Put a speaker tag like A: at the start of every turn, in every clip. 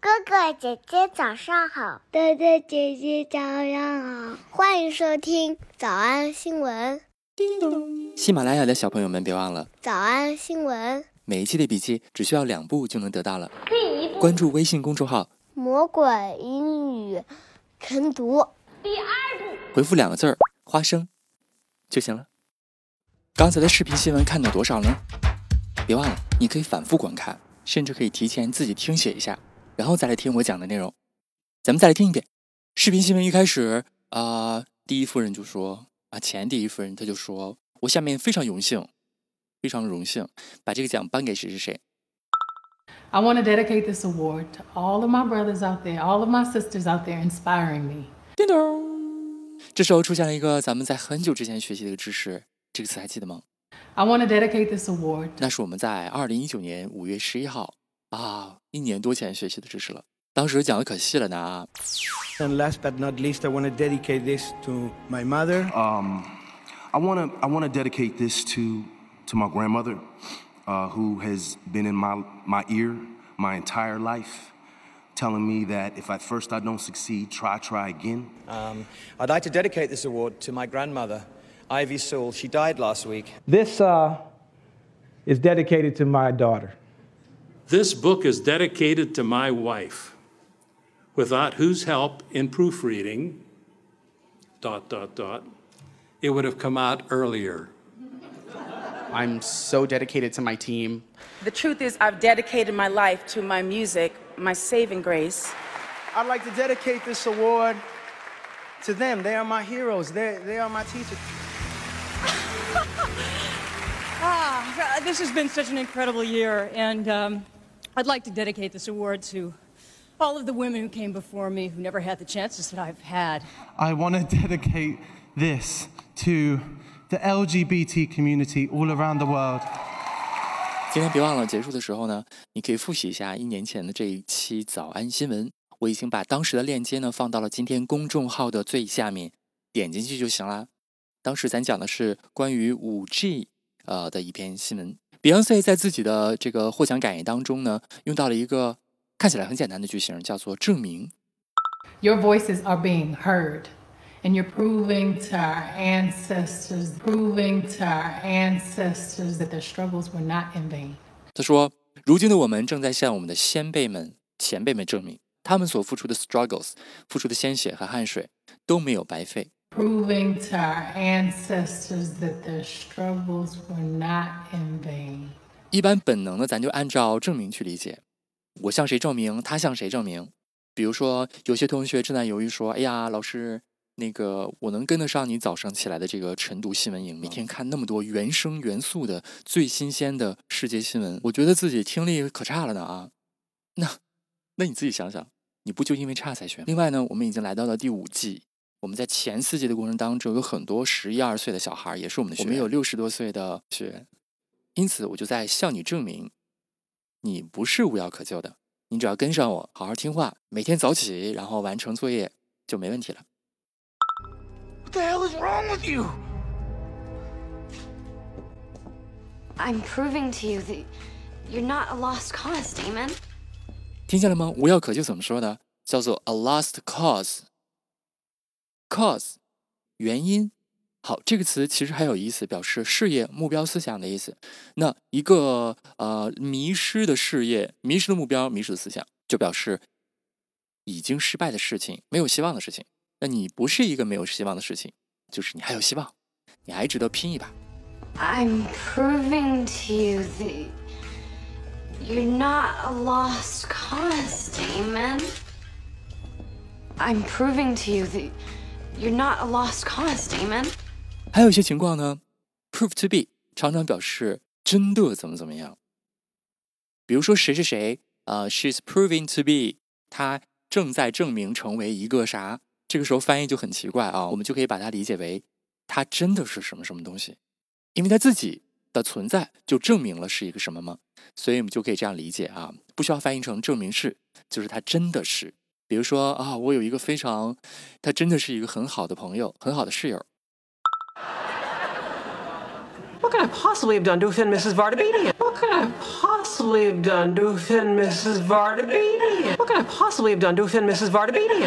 A: 哥哥姐姐早上好，
B: 哥哥姐姐早上好，
C: 欢迎收听早安新闻。
D: 叮咚！喜马拉雅的小朋友们别忘了
C: 早安新闻，
D: 每一期的笔记只需要两步就能得到了。
A: 第一步，
D: 关注微信公众号，
C: 魔鬼英语晨读。
A: 第二步，
D: 回复两个字儿“花生”就行了。刚才的视频新闻看到多少呢？别忘了，你可以反复观看，甚至可以提前自己听写一下，然后再来听我讲的内容。咱们再来听一遍。视频新闻一开始啊、第一夫人就说啊，前第一夫人她就说，我下面非常荣幸，非常荣幸把这个奖颁给谁谁谁。
E: I want to dedicate this award to all of my brothers out there, all of my sisters out there inspiring me.
D: 叮咚，这时候出现了一个咱们在很久之前学习的一个知识，这个词还记得吗？
E: I want to dedicate this award.
D: 那是我们在二零一九年五月十一号啊，一年多前学习的知识了。当时讲的可细了呢啊，
F: And last but not least, I want to dedicate this to my mother.
G: Ah,
H: Um, I want to I want to dedicate this to to my grandmother, uh, who has been in my my ear my entire life, telling me that if at first I don't succeed, try try again.
G: Um, I'd like to dedicate this award to my grandmother, Ivy Sewell. She died last week.
F: This uh, is dedicated to my daughter.
I: This book is dedicated to my wife, without whose help in proofreading, dot, dot, dot, it would have come out earlier.
J: I'm so dedicated to my team.
K: The truth is, I've dedicated my life to my music, my saving grace.
G: I'd like to dedicate this award to them. They are my heroes. They, they are my teachers.
L: Ah, this has been such an incredible year, and um, I'd like to dedicate this award to all of the women who came before me who never had the chances that I've had.
H: I want to dedicate this to the LGBT community all around the world.
D: 今天别忘了结束的时候呢，你可以复习一下一年前的这一期早安新闻。我已经把当时的链接呢放到了今天公众号的最下面，点进去就行啦。当时咱讲的是关于五 G 呃的一篇新闻。Beyonce 在自己的这个获奖感言当中呢，用到了一个看起来很简单的句型，叫做“证明
E: Your voices are being heard, and you're proving to our ancestors, proving to our ancestors that their struggles were not in vain. ”。
D: 他说：“如今的我们正在向我们的先辈们、前辈们证明，他们所付出的 struggles、付出的鲜血和汗水都没有白费。
E: Proving to our ancestors that their struggles were not in vain.
D: 一般本能的，咱就按照证明去理解。我向谁证明，他向谁证明。比如说，有些同学正在犹豫说：“哎呀，老师，那个我能跟得上你早上起来的这个晨读新闻营吗？每天看那么多原声原素的最新鲜的世界新闻，我觉得自己听力可差了呢啊。”那，那你自己想想，你不就因为差才学吗？另外呢，我们已经来到了第五季。我们在前四季的过程当中，有很多十一二岁的小孩儿也是我们的学
H: 我
D: 员，
H: 们
D: 我们有
H: 有
D: 六十多岁的学员，因此我就在向你证明，你不是无药可救的。你只要跟上我，好好听话，每天早起，然后完成作业就没问题了。
G: What the hell is wrong with you?
B: I'm proving to you that you're not a lost cause, Damon.
D: 听见了吗？无药可救怎么说呢？叫做 a lost cause。cause 原因。好，这个词其实还有意思，表示事业、目标、思想的意思。那一个呃迷失的事业、迷失的目标、迷失的思想，就表示已经失败的事情、没有希望的事情。那你不是一个没有希望的事情，就是你还有希望，你还值得拼一把。
B: I'm proving to you that you're not a lost cause, Damon. I'm proving to you that you're not a lost cause, Damon.
D: 还有一些情况呢，prove to be 常常表示真的怎么怎么样。比如说谁谁谁，呃，she's proving to be，她正在证明成为一个啥。这个时候翻译就很奇怪啊，我们就可以把它理解为她真的是什么什么东西，因为她自己的存在就证明了是一个什么嘛，所以我们就可以这样理解啊，不需要翻译成证明是，就是她真的是。比如说啊，我有一个非常，她真的是一个很好的朋友，很好的室友。
M: What could I possibly have done to offend Mrs. Vardabedian? What could I possibly have done to offend Mrs. Vardabedian? What could I possibly have done to offend Mrs. Vardabedian?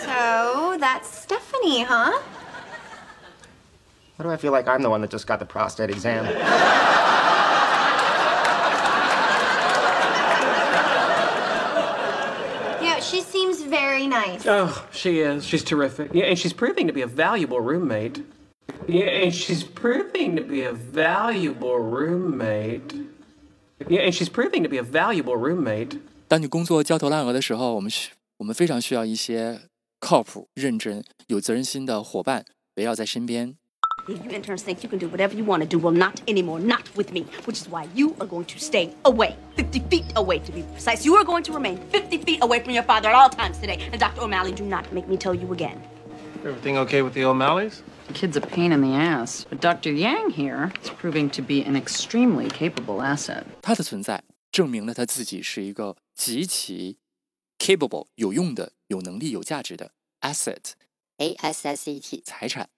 N: So that's Stephanie, huh?
O: Why do I feel like I'm the one that just got the prostate exam?
N: Yeah, she seems very nice.
M: Oh, she is. She's terrific. Yeah, and she's proving to be a valuable roommate. Yeah, and she's proving to be a valuable roommate. Yeah, and she's proving to be a valuable roommate.
D: 当你工作焦头烂额的时候，我们需我们非常需要一些靠谱、认真、有责任心的伙伴围绕在身边。
P: You interns think you can do whatever you want to do. Well, not anymore. Not with me. Which is why you are going to stay away, 50 feet away to be precise. You are going to remain 50 feet away from your father at all times today. And Dr. O'Malley, do not make me tell you again.
Q: Everything okay with the O'Malleys?
R: The kid's a pain in the ass, but Dr. Yang here is proving to be an extremely capable asset.
D: 他的存在证明了他自己是一个极其 capable、有用的、有能力、有价值的 asset，a s s e t 财产，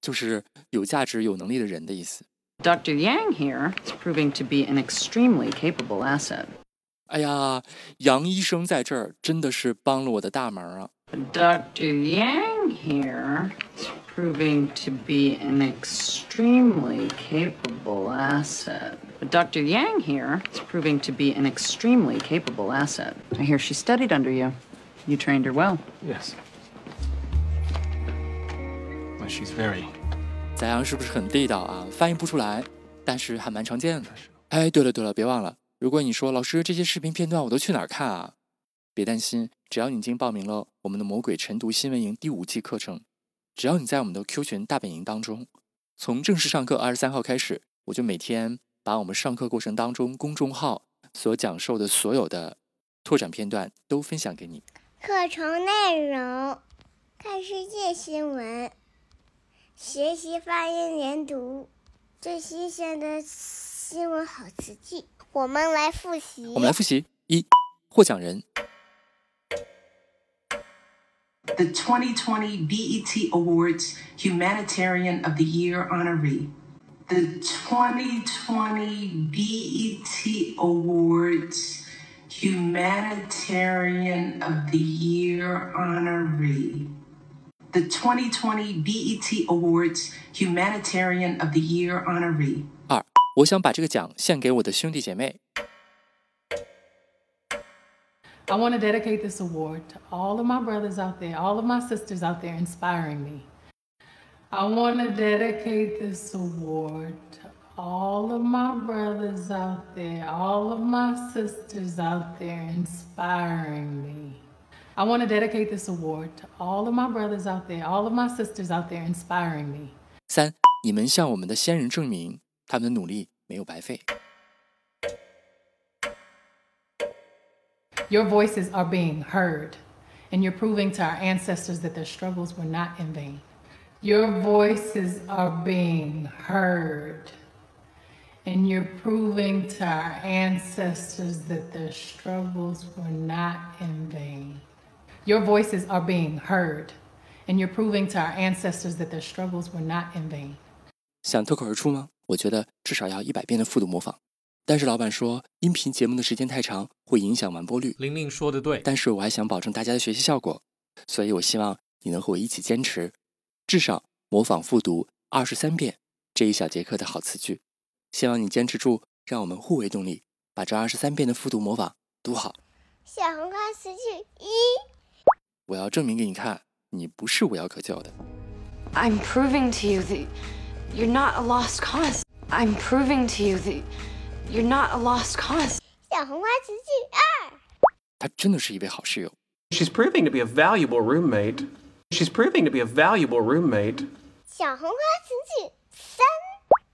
D: 就是有价值、有能力的人的意思。
R: Dr. Yang here is proving to be an extremely capable asset.
D: 哎呀，杨医生在这儿真的是帮了我的大忙啊！
R: Dr. Yang here is proving to be an extremely capable asset. But Dr. Yang here is proving to be an extremely capable asset. I hear she studied under you. You trained her well.
Q: Yes. Well, she's very.
D: 宰羊是不是很地道啊？翻译不出来，但是还蛮常见的。哎，对了对了，别忘了，如果你说老师这些视频片段我都去哪儿看啊？别担心，只要你已经报名了我们的《魔鬼晨读新闻营》第五季课程，只要你在我们的 Q 群大本营当中，从正式上课二十三号开始，我就每天把我们上课过程当中公众号所讲授的所有的拓展片段都分享给你。
A: 课程内容：看世界新闻，学习发音连读。最新鲜的新闻好词句，我们来复习。
D: 我们来复习：一、获奖人；
S: the 2020 BET E Awards Humanitarian of the Year honoree. The 2020 BET Awards Humanitarian of the Year honoree. The 2020 BET Awards Humanitarian E of the Year honoree.
D: 二、我想把这个奖献给我的兄弟姐妹；
E: I want to dedicate this award to all of my brothers out there, all of my sisters out there inspiring me. I want to dedicate this award to all of my brothers out there, all of my sisters out there inspiring me. I want to dedicate this award to all of my brothers out there, all of my sisters out there inspiring me.
D: 三、你们向我们的先人证明，他们的努力没有白费。
E: Your voices are being heard, and you're proving to our ancestors that their struggles were not in vain. Your voices are being heard, and you're proving to our ancestors that their struggles were not in vain. Your voices are being heard, and you're proving to our ancestors that their struggles were not in vain.
D: 想脱口而出吗？我觉得至少要一百遍的复读模仿。但是老板说，音频节目的时间太长，会影响完播率。
T: 玲玲说的对，
D: 但是我还想保证大家的学习效果，所以我希望你能和我一起坚持，至少模仿复读二十三遍这一小节课的好词句。希望你坚持住，让我们互为动力，把这二十三遍的复读模仿读好。
A: 小红花词句一，
D: 我要证明给你看，你不是无药可救的。
B: I'm proving to you that you're not a lost cause. I'm proving to you that you're not a lost cause.
A: 小红花词句二，
D: 她真的是一位好室友。
M: She's proving to be a valuable roommate. She's proving to be a valuable roommate.
A: 小红花词句三，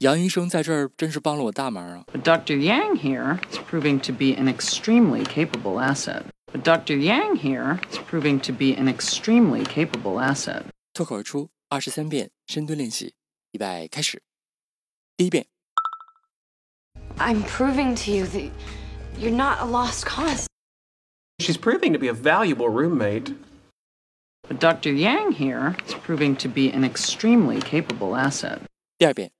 D: 杨医生在这儿真是帮了我大忙啊！
R: But Dr. Yang here is proving to be an extremely capable asset. But Dr. Yang here is proving to be an extremely capable asset.
D: 脱口而出二十三遍深蹲练习，预备开始。第一遍，
B: I'm proving to you that you're not a lost cause.
M: She's proving to be a valuable roommate.
R: But Dr. Yang here is proving to be an extremely capable asset.
D: 第二遍，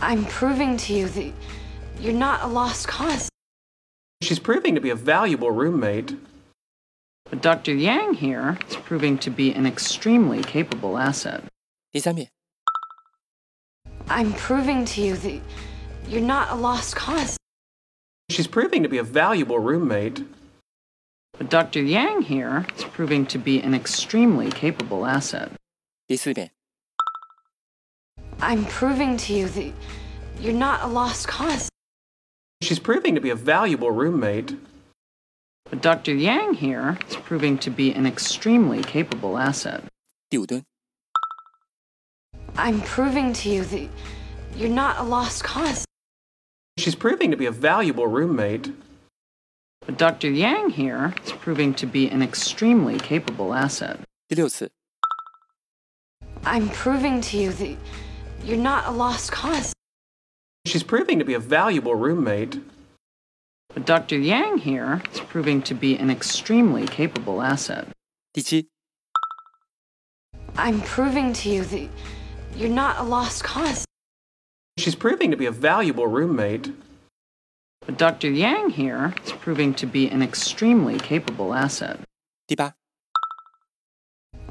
B: I'm proving to you that you're not a lost cause.
M: She's proving to be a valuable roommate.
R: But Dr. Yang here is proving to be an extremely capable asset.
D: 第三遍，
B: I'm proving to you that you're not a lost cause.
M: She's proving to be a valuable roommate.
R: But Dr. Yang here is proving to be an extremely capable asset.
D: 第四遍，
B: I'm proving to you that you're not a lost cause.
M: She's proving to be a valuable roommate.
R: But Dr. Yang here is proving to be an extremely capable asset.
D: 第五蹲，
B: I'm proving to you that you're not a lost cause.
M: She's proving to be a valuable roommate.
R: But Dr. Yang here is proving to be an extremely capable asset.
D: 第六次，
B: I'm proving to you that you're not a lost cause.
M: She's proving to be a valuable roommate.
R: But Dr. Yang here is proving to be an extremely capable asset.
D: 第七，
B: I'm proving to you that you're not a lost cause.
M: She's proving to be a valuable roommate.
R: But Dr. Yang here is proving to be an extremely capable asset.
D: 第八，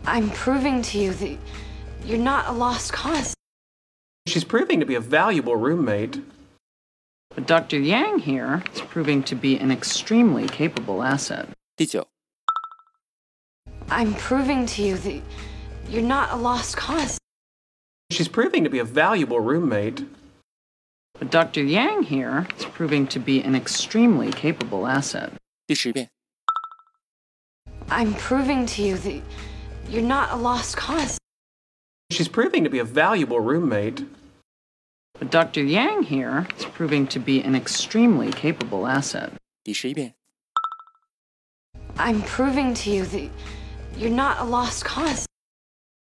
B: I'm proving to you that you're not a lost cause.
M: She's proving to be a valuable roommate.
R: But Dr. Yang here is proving to be an extremely capable asset.
D: 第九，
B: I'm proving to you that you're not a lost cause.
M: She's proving to be a valuable roommate.
R: But Dr. Yang here is proving to be an extremely capable asset.
D: 第十遍，
B: I'm proving to you that you're not a lost cause.
M: She's proving to be a valuable roommate.
R: But Dr. Yang here is proving to be an extremely capable asset.
D: 第十一遍，
B: I'm proving to you that you're not a lost cause.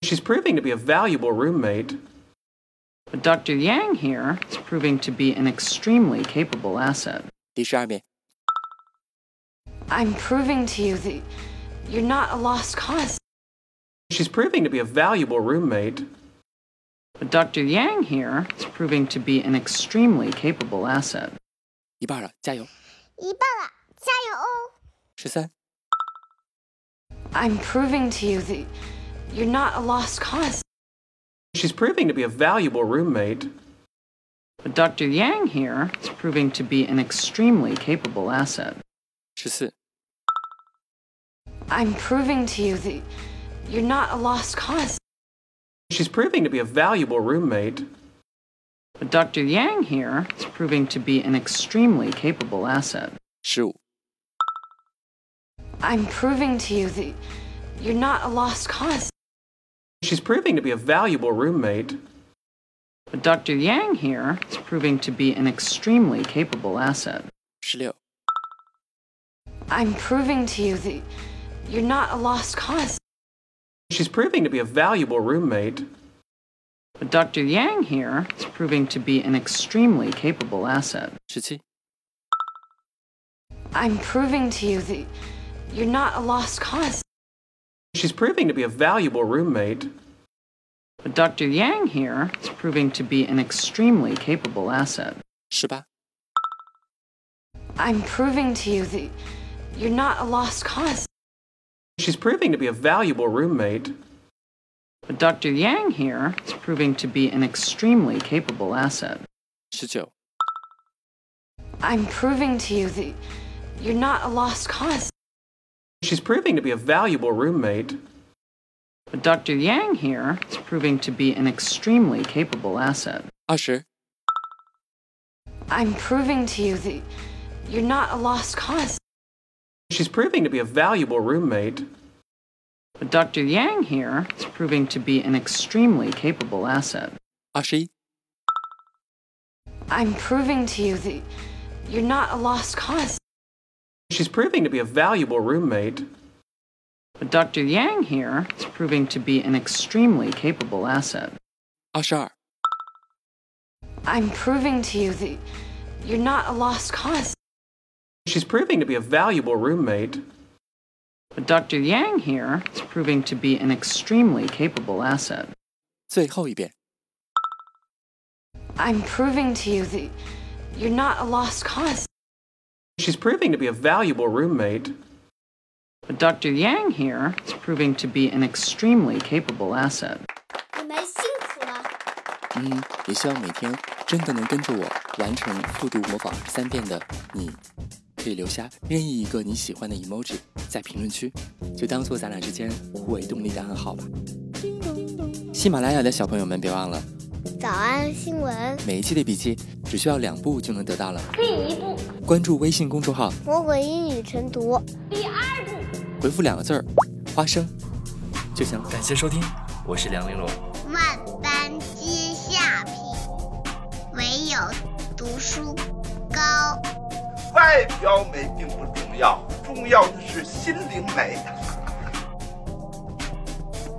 M: She's proving to be a valuable roommate.
R: But Dr. Yang here is proving to be an extremely capable asset.
D: 第十二遍，
B: I'm proving to you that you're not a lost cause.
M: She's proving to be a valuable roommate.
R: But Dr. Yang here is proving to be an extremely capable asset.
D: 一半了，加油！
A: 一半了，加油哦！
D: 十三、
B: I'm proving to you that you're not a lost cause.
M: She's proving to be a valuable roommate.
R: But Dr. Yang here is proving to be an extremely capable asset.
D: 十四、
B: I'm proving to you that you're not a lost cause.
M: She's proving to be a valuable roommate.
R: But Dr. Yang here is proving to be an extremely capable asset.
D: 十五、
B: I'm proving to you that you're not a lost cause.
M: She's proving to be a valuable roommate.
R: But Dr. Yang here is proving to be an extremely capable asset.
D: 十六、
B: I'm proving to you that you're not a lost cause.
M: She's proving to be a valuable roommate.
R: But Dr. Yang here is proving to be an extremely capable asset.
D: 十七、
B: I'm proving to you that you're not a lost cause.
M: She's proving to be a valuable roommate.
R: But Dr. Yang here is proving to be an extremely capable asset.
D: 十八、
B: I'm proving to you that you're not a lost cause.
M: She's proving to be a valuable roommate.
R: But Dr. Yang here is proving to be an extremely capable asset.
D: 十九、
B: I'm proving to you that you're not a lost cause.
M: She's proving to be a valuable roommate.
R: But Dr. Yang here is proving to be an extremely capable asset.
D: 二十、
B: I'm proving to you that you're not a lost cause.
M: She's proving to be a valuable roommate.
R: But Dr. Yang here is proving to be an extremely capable asset.
D: 二十一、
B: I'm proving to you that you're not a lost cause.
M: She's proving to be a valuable roommate.
R: But Dr. Yang here is proving to be an extremely capable asset.
D: 二十二、
B: I'm proving to you that you're not a lost cause.
M: She's proving to be a valuable roommate. But Dr. Yang here is proving to be an extremely capable asset.
D: 最后一遍。
S: I'm proving to you that you're not a lost cause.
U: She's proving to be a valuable roommate.
M: But Dr. Yang here is proving to be an extremely capable asset.
A: 哦
V: 你们辛苦了。
D: 嗯，也希望每天真的能跟着我完成复读模仿三遍的你，可以留下任意一个你喜欢的 emoji 在评论区，就当做咱俩之间互为动力的暗号吧。喜马拉雅的小朋友们，别忘了
W: 早安新闻，
D: 每一期的笔记只需要两步就能得到了。
V: 第一步，
D: 关注微信公众号，
W: 魔鬼英语晨读。
V: 第二步，
D: 回复两个字儿“花生”就行了。感谢收听，我是梁玲珑。
A: 万般皆下品，唯有读书高。
X: 外表美并不重要，重要的是心灵美。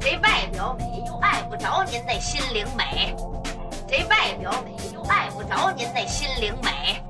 Y: 谁外表美又碍不着您那心灵美，谁外表美又碍不着您那心灵美。